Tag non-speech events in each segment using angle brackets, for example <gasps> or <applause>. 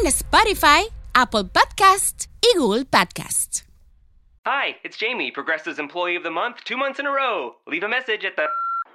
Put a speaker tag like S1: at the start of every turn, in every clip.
S1: en Spotify, Apple Podcast y Google Podcast.
S2: Hi, it's Jamie, Progressive's Employee of the Month, two months in a row. Leave a message at the.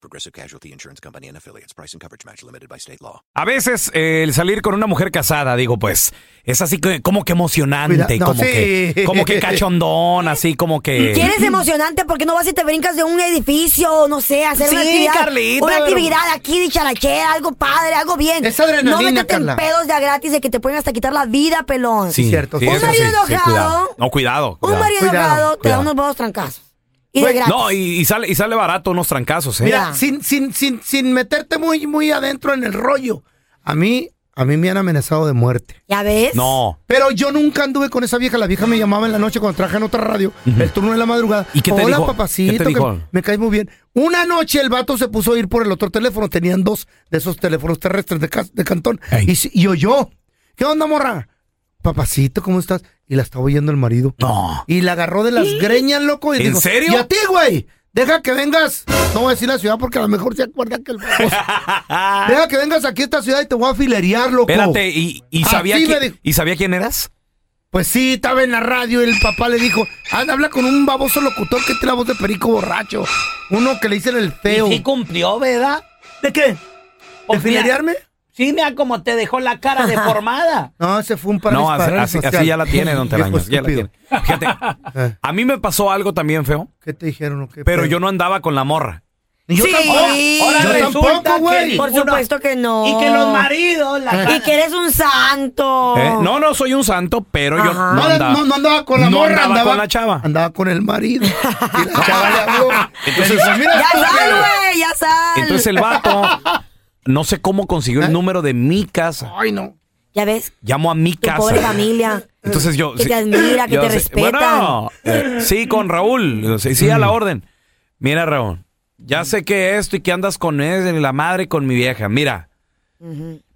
S3: Progressive Casualty Insurance Company and affiliates. Price and coverage match limited by state law.
S4: A veces eh, el salir con una mujer casada, digo, pues, es así que, como que emocionante,
S5: Cuida- no,
S4: como,
S5: sí.
S4: que, como que cachondón, así como que...
S6: ¿Quieres emocionante? porque no vas y te brincas de un edificio? No sé, hacer una
S4: Sí,
S6: actividad.
S4: Carlita,
S6: una
S4: pero-
S6: actividad aquí de charachera, algo padre, algo bien.
S5: Es adrenalina,
S6: No métete
S5: Carla.
S6: en pedos de a gratis de que te pueden hasta quitar la vida, pelón.
S5: Sí, cierto.
S6: Un
S4: eso
S6: marido enojado.
S4: cuidado. No, cuidado.
S6: Un
S4: cuidado.
S6: marido
S5: Cuidado,
S6: enojado te da
S4: cuidado.
S6: unos buenos trancazos. Y de
S5: Güey,
S6: gratis.
S4: No, y, y sale, y sale barato unos trancazos, ¿eh?
S5: Mira,
S6: Ya.
S5: sin, sin, sin, sin meterte muy, muy adentro en el rollo. A mí, a mí me han amenazado de muerte.
S6: ¿Ya ves?
S4: No.
S5: Pero yo nunca anduve con esa vieja. La vieja me llamaba en la noche cuando traje en otra radio, el turno de la madrugada.
S4: ¿Y qué te
S5: Hola,
S4: dijo?
S5: papacito.
S4: ¿Qué te
S5: que
S4: dijo?
S5: me caes muy bien. Una noche el vato se puso a ir por el otro teléfono. Tenían dos de esos teléfonos terrestres de, cas- de cantón.
S4: Ey.
S5: Y, si- y oyó. ¿Qué onda, morra? Papacito, ¿cómo estás? Y la estaba oyendo el marido.
S4: No.
S5: Y la agarró de las greñas, loco. Y
S4: ¿En
S5: dijo,
S4: serio?
S5: Y a ti, güey. Deja que vengas. No voy a decir la ciudad porque a lo mejor se acuerda que el
S4: <laughs>
S5: baboso. Deja que vengas aquí a esta ciudad y te voy a filerear, loco.
S4: Espérate, ¿y, y,
S5: Así
S4: sabía
S5: me
S4: quién-
S5: dijo.
S4: ¿y sabía quién eras?
S5: Pues sí, estaba en la radio y el papá le dijo, anda, habla con un baboso locutor que tiene la voz de perico borracho. Uno que le dicen el feo.
S7: Y sí cumplió, ¿verdad?
S5: ¿De qué? ¿De
S7: Pues mira,
S5: filerearme?
S7: Sí, mira cómo te dejó la
S5: <laughs>
S7: cara deformada.
S5: No, ese fue un par
S4: No, así, así- así ya la
S5: <laughs>
S4: tiene, don Telaraño, ya la tiene. Fíjate, a mí me pasó algo también feo,
S5: Eh. ¿Qué te dijeron? o qué?
S4: pero yo no andaba con la morra.
S5: Ni Yo
S6: Sí.
S5: tampoco.
S7: Ahora
S5: Yo
S7: resulta
S5: tampoco,
S7: que
S5: güey.
S6: Por
S7: ninguno-
S6: supuesto que no.
S7: Y que los maridos, la
S6: Y que eres un santo.
S4: ¿Eh? No, no, soy un santo, pero yo
S6: Ajá.
S4: no
S5: Oh. No,
S4: andaba.
S5: no, no andaba con la
S4: No
S5: morra,
S4: andaba con la chava.
S5: Andaba con el
S4: <laughs>
S5: marido. Y la chava le habló. Entonces, pues, mira
S6: Ya
S5: tú,
S6: sal,
S5: pero-
S6: güey, ya sal.
S4: Entonces el
S6: <laughs>
S4: vato, no sé cómo consiguió
S5: ¿Eh?
S4: el número de mi casa.
S5: Ay, no.
S6: Ya ves,
S4: Llamó a mi
S6: tu
S4: casa.
S6: pobre familia.
S4: Entonces yo.
S6: Que
S4: sí,
S6: te admira, que
S4: yo
S6: te
S4: sí,
S6: respeta.
S4: Bueno, eh, sí, con Raúl. Sí, sí, a
S5: Mm.
S4: la orden. Mira, Raúl, ya sé que esto y que andas con él, la madre y con mi vieja. Mira.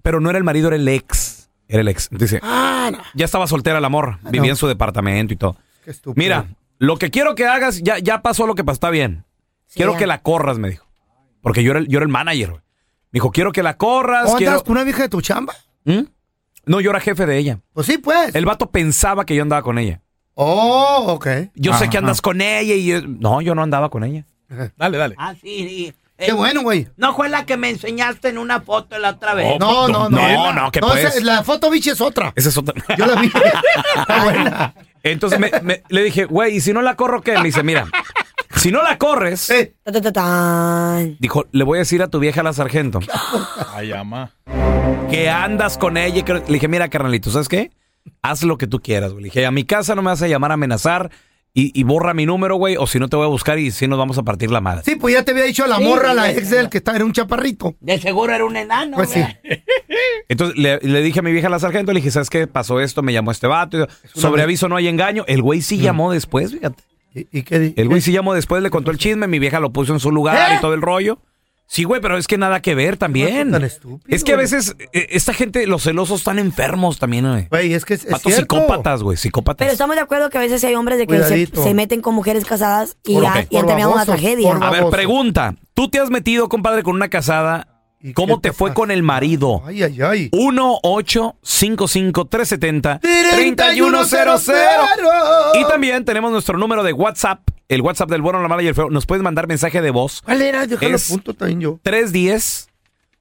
S4: Pero no era el marido, era el ex. Era el ex. Dice,
S5: Ah,
S4: ya estaba soltera la morra. Vivía en su departamento y todo.
S5: Qué estúpido.
S4: Mira, lo que quiero que hagas, ya, ya pasó lo que pasó, está bien. Quiero
S6: ya.
S4: que la corras, me dijo. Porque yo era el, yo era el manager. güey. Me dijo, quiero que la corras.
S5: ¿O
S4: quiero-
S5: andas con una vieja de tu chamba?
S4: ¿Mm? No, yo era jefe de ella.
S5: Pues sí, pues.
S4: El vato pensaba que yo andaba con ella.
S5: Oh, ok.
S4: Yo sé que andas con ella y... yo- No, yo no andaba con ella. Dale, dale.
S7: Ah, sí, sí. Eh,
S5: Qué bueno, güey.
S7: No fue la que me enseñaste en una foto la otra vez.
S4: Oh,
S5: No, no, no.
S4: No, no, que
S5: esa-
S4: pues.
S5: La foto, bicho, es otra.
S4: Esa es otra.
S5: <laughs> Yo la
S4: <laughs>
S5: vi. Está buena.
S4: Entonces me- me- le dije, güey, ¿y si no la corro qué? Me dice, mira, si no la corres...
S5: Eh,
S6: Ta, ta, ta, tan.
S4: Dijo, le voy a decir a tu vieja la sargento. Que andas con ella. y que- Le dije, mira, carnalito, ¿sabes qué? Haz lo que tú quieras, güey. Le dije, a mi casa no me vas a llamar a amenazar y, y borra mi número, güey, o si no te voy a buscar y si nos vamos a partir la madre.
S5: sí, pues ya te había dicho la
S7: Sí,
S5: morra, la
S7: ya,
S5: ex
S7: ya.
S5: del que está, era un chaparrito.
S7: De seguro era un enano.
S5: Pues sí.
S7: ¿verdad?
S4: Entonces le, le dije a mi vieja la sargento, le dije, ¿sabes qué? Pasó esto, me llamó este vato. y- Sobre aviso no hay engaño. El güey sí llamó después, fíjate.
S5: Mm. ¿Y, y qué di-
S4: El güey sí llamó después, le contó el chisme, mi vieja lo puso en su lugar
S5: ¿Eh?
S4: y todo el rollo. Sí, güey, pero es que nada que ver también.
S5: Tan estúpido,
S4: es que a
S5: güey.
S4: veces eh, esta gente, los celosos están enfermos también, güey.
S5: Güey, es que es, es
S4: Patos
S5: cierto.
S4: psicópatas, güey, psicópatas.
S6: Pero estamos de acuerdo que a veces hay hombres de que se,
S5: Cuidadito.
S6: se meten con mujeres casadas y
S4: Por-
S6: ya,
S4: ok.
S6: y han
S5: Por
S6: terminado una
S5: babosos,
S6: tragedia.
S5: por
S4: A ver,
S5: baboso.
S4: pregunta. ¿Tú te has metido, compadre, con una casada?
S5: ¿Y
S4: ¿Cómo
S5: qué
S4: te fue
S5: pasa?
S4: con el marido?
S5: Ay, ay, ay.
S4: 1 855 370 Y también tenemos nuestro número de WhatsApp, el WhatsApp del bueno, la mala y el feo. Nos puedes mandar mensaje de voz.
S5: ¿Cuál era? Déjalo
S4: Es-
S5: punto también yo.
S4: 310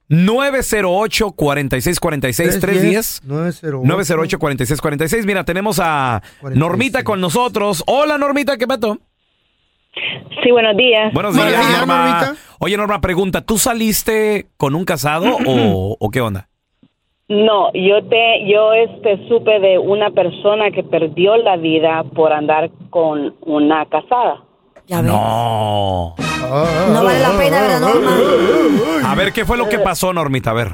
S4: 908 4646 310
S5: 908.
S4: 908 4646. Mira, tenemos a
S5: 46.
S4: Normita con nosotros. Hola, Normita, ¿qué pato?
S8: Sí, buenos días.
S4: Buenos
S5: Buenos
S4: días,
S5: días,
S4: Norma.
S5: Normita.
S4: Oye, Norma, pregunta, ¿tú saliste con un casado o, o qué onda?
S8: No, yo te, yo este supe de una persona que perdió la vida por andar con una casada.
S6: Ya ves.
S4: No.
S5: Ah.
S6: No vale la pena,
S5: <laughs>
S6: ¿verdad, Norma?
S4: A ver, ¿qué fue lo que pasó, Normita? A ver.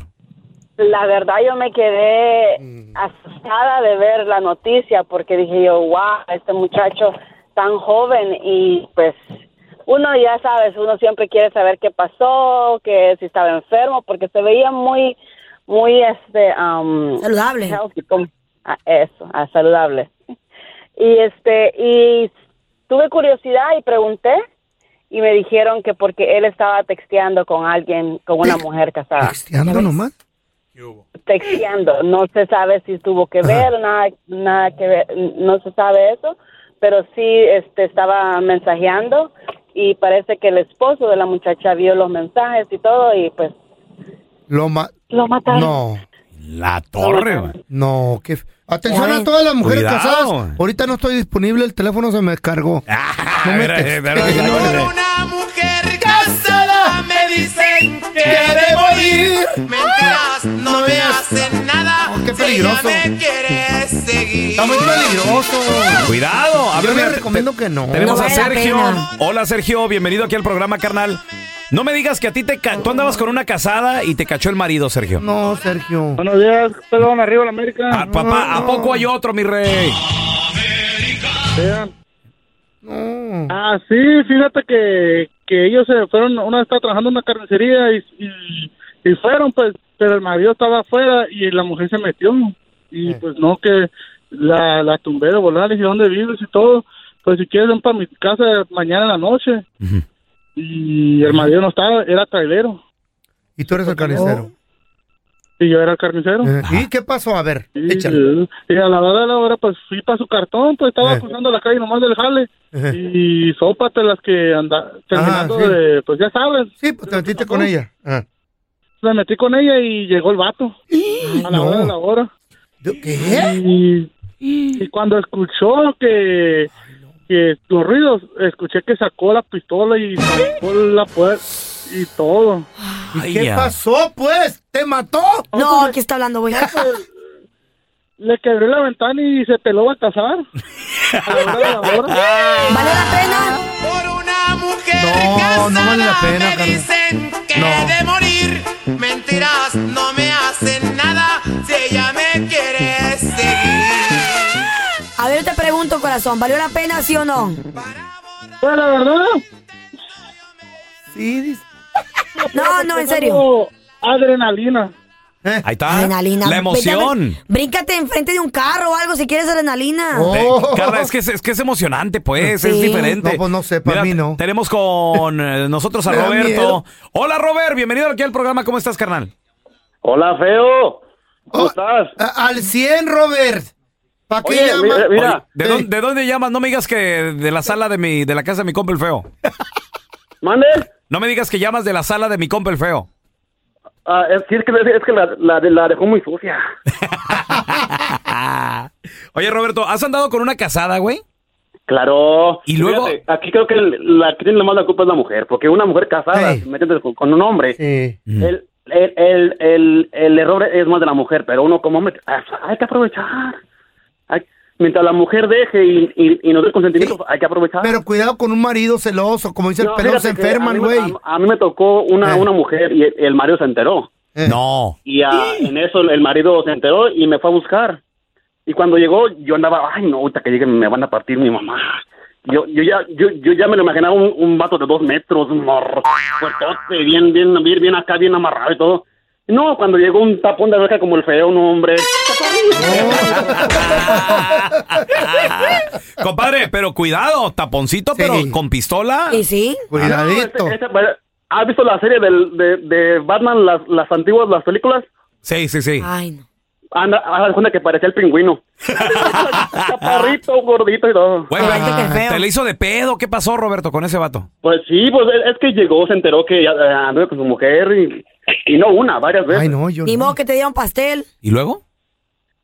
S8: La verdad yo me quedé
S5: Mm.
S8: asustada de ver la noticia porque dije yo, wow, este muchacho tan joven y pues uno ya sabes, uno siempre quiere saber qué pasó, que si estaba enfermo porque se veía muy, muy este, am,
S6: Saludable.
S8: healthy, como- ah, eso, ah, saludable. Y este, y tuve curiosidad y pregunté y me dijeron que porque él estaba texteando con alguien, con una mujer casada
S5: Texteando nomás.
S8: texteando. No se sabe si tuvo que ver, nada, nada que ver, no se sabe eso, pero sí este, estaba mensajeando y parece que el esposo de la muchacha vio los mensajes y todo y pues
S5: Lo ma-
S8: lo mataron.
S5: No,
S4: La torre, güey.
S5: no, qué. f- Atención
S6: Ay.
S5: a todas las mujeres
S4: Cuidado.
S5: casadas. Ahorita no estoy disponible, el teléfono se me descargó.
S4: <laughs> Ah,
S5: No me
S4: mira,
S5: textes.
S4: mira, mira,
S5: No,
S4: mira.
S5: no,
S7: Una mujer casada me dicen que debo ir. Mientras no me hacen nada,
S5: Ah, Oh, qué peligroso.
S7: si ella me quiere seguir.
S5: Está muy peligroso.
S4: Cuidado. A
S5: Yo
S4: ver,
S5: le
S4: mira, te-
S5: recomiendo que no.
S4: Tenemos
S6: No
S4: a
S6: vale la
S4: Sergio.
S6: pena.
S4: Hola, Sergio. Bienvenido aquí al programa, carnal. No me digas que a ti te ca- tú andabas con una casada y te cachó el marido, Sergio.
S5: No, Sergio.
S9: Buenos días, perdón, arriba la América.
S4: Ah, papá, ¿a poco hay otro, mi rey?
S9: Vean.
S5: No.
S9: Ah, sí, fíjate que, que ellos se fueron, una estaba trabajando en una carnicería y, y, y fueron, pues, pero el marido estaba afuera y la mujer se metió. Y
S5: Eh.
S9: pues no, que la, la tumbé de volar, le dije, ¿dónde vives y todo? Pues si quieren para mi casa mañana en la noche.
S4: Ujú.
S9: Y el marido no estaba, era trailero.
S5: Y tú eres el carnicero.
S9: Y yo era el carnicero.
S5: Eh, ¿Y qué pasó? A ver,
S9: Y,
S5: échale.
S9: y a la hora de la hora, pues fui para su cartón, pues estaba
S5: Eh.
S9: cruzando la calle nomás del jale.
S5: Ajá.
S9: y sópate las que anda terminando
S5: sí.
S9: de, pues ya sabes,
S5: Sí, pues te metiste con ella. Ah.
S9: me metí con ella y llegó el vato a la
S5: no.
S9: hora de la hora
S5: ¿Qué?
S9: y, y cuando escuchó que que los ruidos escuché que sacó la pistola y sacó la puerta y todo
S5: ¿Y
S4: Ay,
S5: qué
S4: ya.
S5: pasó, pues? ¿Te mató?
S6: No, aquí está hablando, güey.
S9: pues, le quebré la ventana y se peló a
S5: <laughs>
S9: casar a la hora de la hora
S6: ¿Vale la pena?
S7: Por una mujer
S5: No,
S7: casada
S5: no vale la pena,
S7: me
S5: Carla.
S7: dicen que
S5: No.
S7: he de morir. Mentiras no me hacen nada si ella me quiere seguir.
S6: A ver, yo te pregunto, corazón, ¿valió la pena, sí o no?
S9: pues la verdad
S5: Sí, dice.
S9: <laughs>
S6: No, no, en serio.
S9: tengo adrenalina
S5: Eh.
S4: Ahí está.
S6: Adrenalina. Pues
S4: La emoción.
S6: Vete a ver, Bríncate enfrente de un carro o algo si quieres adrenalina.
S5: Oh.
S4: Eh, Carla, es que es, es que es emocionante, pues, es
S6: Ah. Sí.
S4: diferente.
S5: No, pues, no sé, para mí
S4: Mira,
S5: no.
S4: Tenemos con eh, nosotros a
S5: Me da
S4: Roberto.
S5: miedo.
S4: Hola, Robert, bienvenido aquí al programa. ¿Cómo estás, carnal?
S9: hola feo
S5: Oh, a- al 100, Robert. ¿Para qué
S9: Oye,
S5: llamas?
S9: mira, mira.
S4: Oye, ¿de,
S5: Eh.
S4: dónde, de dónde llamas? No me digas que de la sala de mi, de la casa de mi compa el feo.
S9: mande
S4: No me digas que llamas de la sala de mi compa
S5: <laughs>
S4: el feo.
S9: Ah, es, sí, es que, es que la, la, la dejó muy sucia.
S4: Oye, Roberto, ¿has andado con una casada, güey?
S9: Claro.
S4: Y luego-
S9: Fíjate, aquí creo que la que tiene la mala culpa es la mujer, porque una mujer casada,
S5: Ey.
S9: si metiéndose con, con un hombre,
S5: Sí.
S9: el, el, el, el, el error es más de la mujer, pero uno como hombre, ah, hay que aprovechar. Hay- mientras la mujer deje y, y, y nos dé consentimiento, hay que aprovechar.
S5: Pero cuidado con un marido celoso. Como dice
S9: No,
S5: el pelón, se
S9: fíjate que a
S5: enferman,
S9: mí-
S5: güey.
S9: A, a mí me tocó una,
S5: Eh.
S9: una mujer y el, el marido se enteró.
S5: Eh.
S4: No.
S9: Y ah, en eso el marido se enteró y me fue a buscar. Y cuando llegó, yo andaba, ay, no, ahorita que llegue me van a partir mi mamá. Yo, yo, ya, yo, yo ya me lo imaginaba un, un vato de dos metros, un morro, fuertote, bien, bien, bien, bien acá, bien amarrado y todo. No, cuando llegó un tapón de oreja como el feo, no, hombre.
S4: Compadre, pero cuidado, taponcito, pero con pistola.
S6: ¿Y sí?
S9: Cuidadito. ¿Has visto la serie del, de, de Batman, las, las antiguas, las películas?
S4: Sí, sí, sí.
S6: Ay, no.
S9: Anda, haz de cuenta que parecía el
S4: <laughs>
S9: pingüino. Chaparrito, gordito y todo.
S4: Bueno, te le hizo de pedo. ¿Qué pasó, Roberto, con ese vato?
S9: Pues sí, pues es- es que llegó, se enteró que ya, eh, andaba con su mujer y, y no una, varias veces.
S6: Ni modo que te dieron pastel.
S4: ¿Y luego?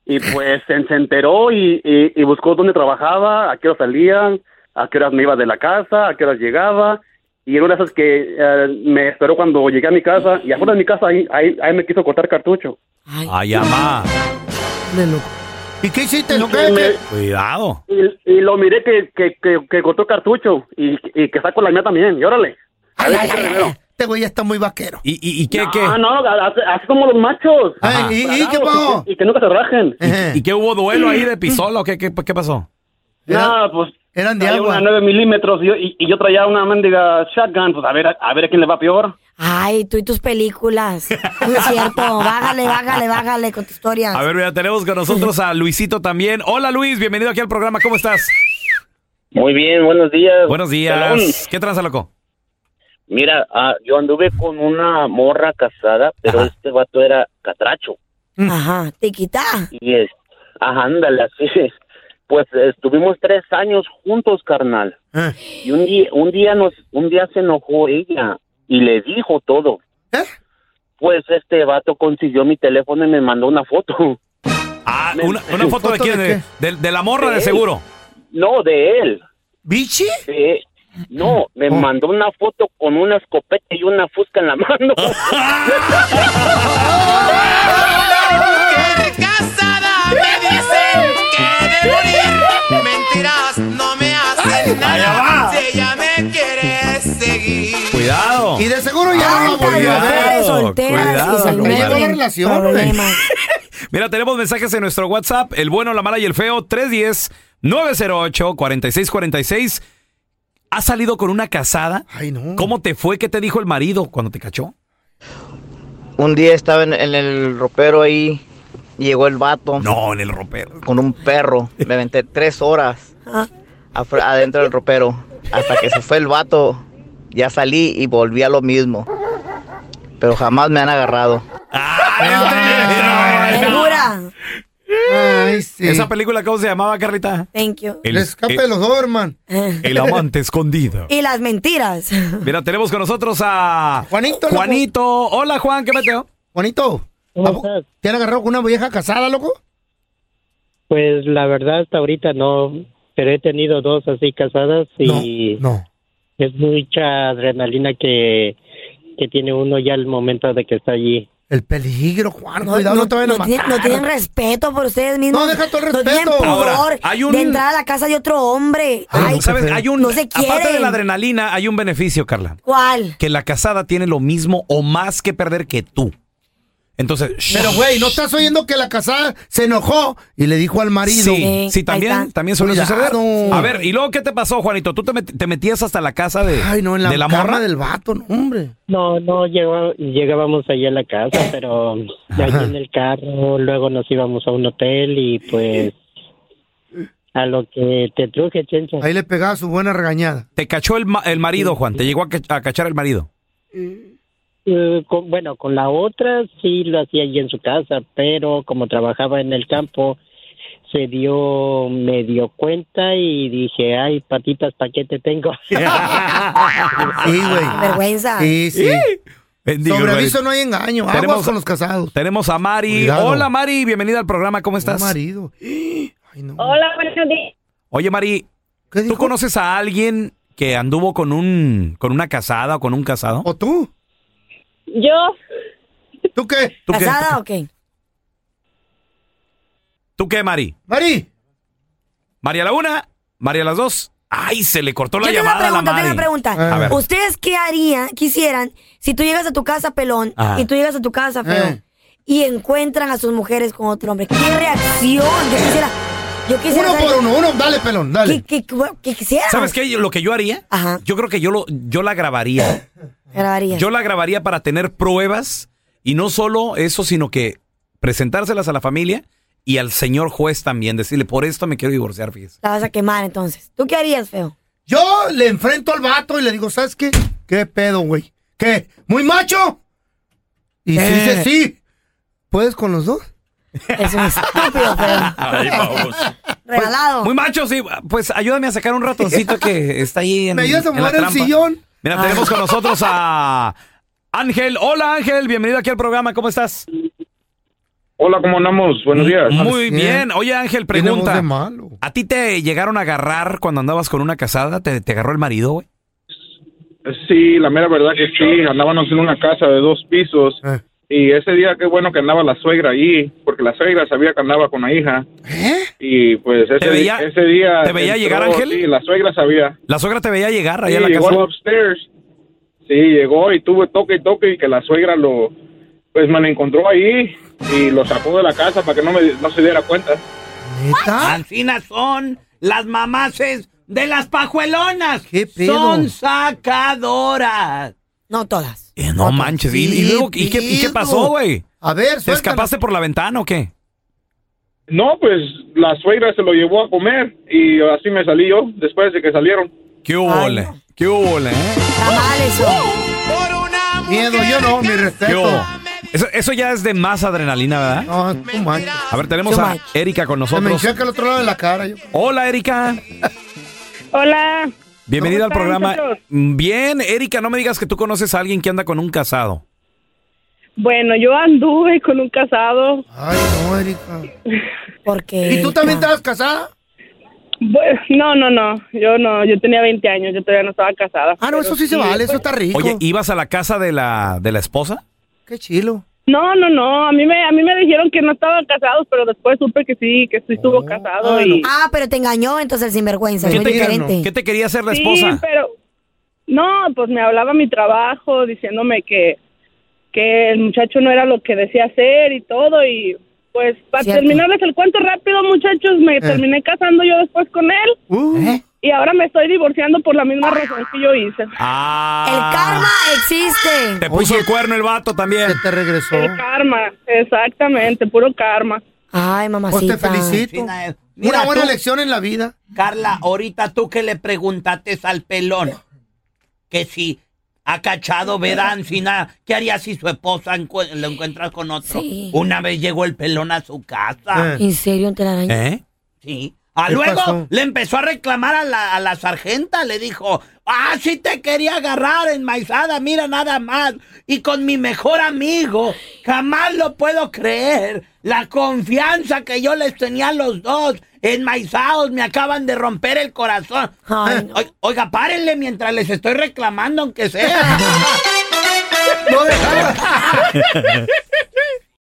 S9: Y pues se, se enteró y, y- y buscó dónde trabajaba, a qué horas salían, a qué horas me iba de la casa, a qué horas llegaba. Y en una de esas que eh, me esperó cuando llegué a mi casa y afuera de mi casa ahí, ahí, ahí me quiso cortar cartucho.
S4: Ay, amá.
S9: ¿Y qué hiciste?
S4: Cuidado.
S9: y, y lo miré que, que, que, que cortó cartucho y, y que saco la mía también. Y órale. A ver, ¿qué primero?
S5: Este güey ya está muy vaquero.
S4: ¿Y, y, qué?
S9: Ah, no, así, así como los machos.
S4: Ajá. Ah, ¿y- y qué
S9: Parados,
S4: pasó?
S9: Y, y que nunca se rajen.
S4: ¿Y, y qué hubo duelo ahí de pistola o qué, qué, qué pasó?
S9: No, pues.
S5: Eran
S9: de agua. Una 9 milímetros y yo, y, y yo traía una mendiga shotgun. Pues a ver, a, a ver a quién le va peor.
S6: Ay, tú y tus películas. No es cierto. Bájale, bájale, bájale con tu historia.
S4: A ver, mira, tenemos con nosotros a Luisito también. Hola, Luis, bienvenido aquí al programa. ¿Cómo estás?
S10: Muy bien, buenos días.
S4: Buenos días.
S10: Pelón.
S4: ¿Qué tranza, loco?
S10: Mira, ah, yo anduve con una morra casada, pero este vato era catracho.
S6: Ajá, tiquita.
S10: Y es, ajá, ándale, así es. Pues estuvimos tres años juntos, carnal.
S4: Ah.
S10: Y un día, un día nos, un día se enojó ella y le dijo todo.
S4: ¿Eh?
S10: Pues este vato consiguió mi teléfono y me mandó una foto.
S4: Ah, una, ¿Una foto de quién? De, de- de la morra,
S10: De
S4: de
S10: él.
S4: seguro.
S10: No, de él.
S5: ¿Bichi?
S10: no, me
S4: Oh.
S10: mandó una foto con una escopeta y una fusca en
S4: <laughs>
S10: la mano.
S7: Casada me dicen que de morir. Mentiras no me hacen nada. Si ella me quiere seguir.
S4: Cuidado. Ah,
S5: Y de seguro ya no la volvió a ver. Cuidado. relación,
S4: Mira, tenemos mensajes en nuestro WhatsApp, el bueno, la mala y el feo, 310-908-4646. ¿Has salido con una casada? Ay, no. ¿Cómo te fue? ¿Qué te dijo el marido cuando te cachó?
S11: Un día estaba en, en el ropero ahí, y llegó el vato.
S4: No, en el ropero.
S11: Con un perro. Me aventé tres horas
S6: Ah,
S11: afr- adentro del ropero. Hasta que se fue el vato, ya salí y volví a lo mismo. Pero jamás me han agarrado.
S6: Segura.
S4: ¿Esa película cómo se llamaba, Carlita?
S6: Thank you.
S4: El escape de los
S5: Doberman.
S6: <laughs>
S4: El amante <laughs> escondido.
S6: Y las mentiras.
S4: Mira, tenemos con nosotros a Juanito. Juanito. Hola, Juan, ¿qué meteo?
S5: Juanito, ¿a po- ¿te han agarrado con una vieja casada, loco?
S12: Pues la verdad hasta ahorita no, pero he tenido dos así casadas y es mucha adrenalina que, que tiene uno ya al momento de que está allí.
S5: El peligro, Juan. cuidado, no te vayan a
S6: no tienen-
S5: matar.
S6: no tienen respeto por ustedes mismos.
S5: No, deja todo el
S6: No tienen
S5: respeto.
S6: pudor
S4: Ahora, hay un- Ah,
S6: de entrar a la casa de otro hombre. Ay,
S4: ¿Sabes? Hay un,
S6: no se
S4: Aparte de
S6: quieren.
S4: la adrenalina, hay un beneficio, Carla.
S6: ¿Cuál?
S4: Que la casada tiene lo mismo o más que perder que tú. Entonces,
S5: Pero, güey, ¿no estás oyendo que la casada se enojó y le dijo al marido?
S4: Sí, sí, también, también suele
S5: Cuidado.
S4: suceder. A ver, ¿y luego qué te pasó, Juanito? ¿Tú te, met- te metías hasta la casa de,
S5: Ay, no, en la,
S4: de la
S5: cama
S4: morra?
S5: del vato, no, hombre.
S12: No, no, llegaba- llegábamos allí a la casa, pero de allí en el carro, luego nos íbamos a un hotel y pues a lo que te truje, chencha.
S5: Ahí le pegaba su buena regañada.
S4: Te cachó el, ma- el marido, Juan. Te llegó a, ca- a cachar el marido.
S12: Eh, con- bueno, con la otra sí lo hacía allí en su casa, pero como trabajaba en el campo, se dio, me dio cuenta y dije, ay, patitas, ¿pa' qué te tengo?
S5: Sí, güey.
S6: Vergüenza.
S5: Sí, sí.
S4: Bendigo,
S5: Sobre
S4: Mari.
S5: aviso no hay engaño. Aguas
S4: Tenemos-
S5: con los casados.
S4: Tenemos a Mari.
S5: Cuidado.
S4: Hola, Mari. Bienvenida al programa. ¿Cómo estás?
S5: marido.
S13: Hola, buenos días.
S4: Oye, Mari, ¿tú conoces a alguien que anduvo con un con una casada o con un casado?
S5: ¿O tú?
S13: Yo.
S5: ¿Tú qué?
S4: ¿Tú qué?
S6: ¿Casada o qué?
S4: ¿Tú qué, Mari?
S5: Mari.
S4: Mari a la una, Mari a las dos. Ay, se le cortó la
S6: Yo tengo una
S4: llamada a la
S6: pregunta,
S4: Mari.
S6: tengo una pregunta.
S4: A ver.
S6: ¿Ustedes qué harían, quisieran, si tú llegas a tu casa, pelón,
S4: Ajá.
S6: y tú llegas a tu casa, feo,
S4: Eh.
S6: y encuentran a sus mujeres con otro hombre? ¿Qué reacción? Yo quisiera, Yo quisiera
S5: Uno por
S6: saber-
S5: uno, uno, dale, pelón, dale.
S6: ¿Qué, qué- qué quisieras?
S4: ¿Sabes qué? Lo que yo haría, yo creo que yo, lo, yo la grabaría.
S6: Grabaría.
S4: Yo la grabaría para tener pruebas y no solo eso, sino que presentárselas a la familia y al señor juez también. Decirle, por esto me quiero divorciar, fíjese.
S6: <gasps> La vas a quemar entonces. ¿Tú qué harías, feo?
S5: Yo le enfrento al vato y le digo, ¿sabes qué? ¿Qué pedo, güey? ¿Qué? ¿Muy macho? Y si
S7: Eh.
S5: dice sí, ¿puedes con los dos?
S6: Es un estúpido,
S4: <laughs> Ay, vamos.
S6: Regalado.
S4: Muy macho, sí. Pues ayúdame a sacar un ratoncito que está ahí en,
S5: ¿Me ayudas a
S4: en la
S5: mover el
S4: trampa.
S5: sillón?
S4: Mira, tenemos con nosotros a Ángel. Hola, Ángel. Bienvenido aquí al programa. ¿Cómo estás?
S14: Hola, ¿cómo andamos? Buenos días.
S4: Muy bien. Oye, Ángel,
S14: Tiene voz
S4: pregunta.
S14: de
S4: ¿A ti te llegaron a agarrar cuando andabas con una casada? ¿Te, te agarró el marido, güey?
S14: Sí, la mera verdad que sí, andábamos en una casa de dos pisos y ese día qué bueno que andaba la suegra allí, porque la suegra sabía que andaba con la hija. Y pues ese,
S4: ¿Te veía-
S14: ese día...
S4: te veía llegar, Ángel?
S14: Sí, la suegra sabía.
S4: ¿La suegra te veía llegar allá
S14: Sí,
S4: a la
S14: llegó
S4: casa?
S14: upstairs. Sí, llegó y tuvo toque y toque y que la suegra lo... Pues me la encontró ahí y lo sacó de la casa para que no, me, no se diera cuenta.
S15: Alcinas son las mamaces de las pajuelonas.
S4: pedo?
S15: Son sacadoras.
S6: No todas.
S4: Eh, No manches. ¿Y, y luego ¿y qué, y qué pasó, güey?
S5: A ver,
S4: ¿Te escapaste por la ventana o qué?
S14: No, pues la suegra se lo llevó a comer y así me salí yo después de que salieron.
S4: ¿Qué hubo, le? ¿Qué hubo, eh? le?
S5: Miedo, yo no, mi
S4: ¿Qué
S5: respeto.
S4: hubo? Eso, eso ya es de más adrenalina, ¿verdad?
S5: No, tú manches.
S4: A ver, tenemos
S5: Too
S4: a
S5: much.
S4: Erika con
S5: Se me
S4: nosotros.
S5: encheca el otro lado de la cara. Yo.
S4: Hola, Erika.
S13: Hola.
S4: Bienvenida al
S13: ¿Cómo están,
S4: programa. Mm,
S13: muchachos?
S4: Bien, Erika, no me digas que tú conoces a alguien que anda con un casado.
S13: Bueno, yo anduve con un casado.
S5: Ay, no, Erika.
S6: ¿Por qué?
S5: ¿Y tú también estabas casada?
S13: Bueno, no, no, no. Yo no. Yo tenía 20 años. Yo todavía no estaba casada.
S5: Ah, no, eso sí se vale,
S13: pues.
S5: eso está rico.
S4: Oye, ¿ibas a la casa de la, de la esposa?
S5: Qué chilo.
S13: No, no, no. A mí me, a mí me dijeron que no estaban casados, pero después supe que sí, que sí
S5: Oh.
S13: estuvo casado y.
S6: Ah, pero te engañó entonces el sinvergüenza. Es
S4: ¿Qué
S6: muy
S4: te,
S6: diferente.
S4: qué te quería hacer la
S13: sí,
S4: esposa?
S13: pero no, pues me hablaba mi trabajo diciéndome que que el muchacho no era lo que decía hacer y todo y pues para
S16: Cierto.
S13: terminarles el cuento rápido, muchachos, me
S5: Eh.
S13: terminé casando yo después con él.
S5: Uh.
S6: ¿Eh?
S13: Y ahora me estoy divorciando por la misma razón que yo hice.
S4: Ah,
S6: Karma existe.
S4: te puso el cuerno el vato también.
S5: te regresó.
S13: El karma, exactamente, puro karma.
S6: Ay,
S5: mamacita. Pues te felicito.
S15: Mira,
S5: Una buena
S15: tú-
S5: lección en la vida.
S15: Carla, ahorita tú que le preguntaste al pelón que si ha cachado Vera Ancina, ¿qué haría si su esposa encu- lo encuentras con otro?
S6: Sí.
S15: Una vez llegó el pelón a su
S5: Eh.
S15: casa.
S6: "Ah, ¿En serio, un telaraño?
S4: ¿Eh?
S15: Sí. Ah,
S6: ¿Qué
S15: luego
S6: pasó?
S15: le empezó a reclamar a la, a la sargenta, le dijo, ah, sí te quería agarrar enmaizada, mira nada más, y con mi mejor amigo, jamás lo puedo creer, la confianza que yo les tenía a los dos, enmaizados, me acaban de romper el corazón. Oi- Oiga, párenle mientras les estoy reclamando, aunque
S6: <laughs>
S15: sea.
S7: Uh. <laughs>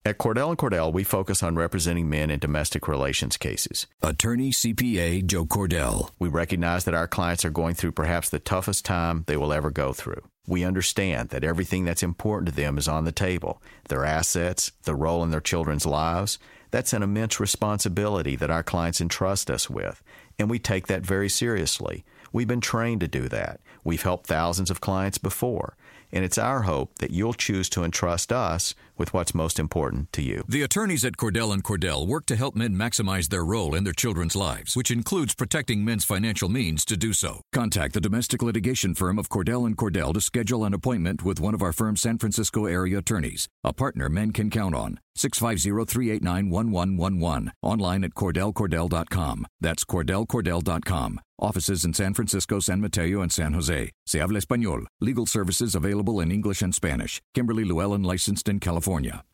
S17: At Cordell & Cordell, we focus on representing men in domestic relations cases. Attorney CPA Joe Cordell. We recognize that our clients are going through perhaps the toughest time they will ever go through. We understand that everything that's important to them is on the table their assets, their role in their children's lives. That's an immense responsibility that our clients entrust us with, and we take that very seriously. We've been trained to do that. We've helped thousands of clients before, and it's our hope that you'll choose to entrust us with what's most important to you.
S18: The attorneys at Cordell and Cordell work to help men maximize their role in their children's lives, which includes protecting men's financial means to do so. Contact the domestic litigation firm of Cordell and Cordell to schedule an appointment with one of our firm's San Francisco area attorneys, a partner men can count on. 650-389-1111. Online at cordellcordell.com. That's cordellcordell.com. Offices in San Francisco, San Mateo, and San Jose. Se habla español. Legal services available in English and Spanish. Kimberly Llewellyn licensed in California.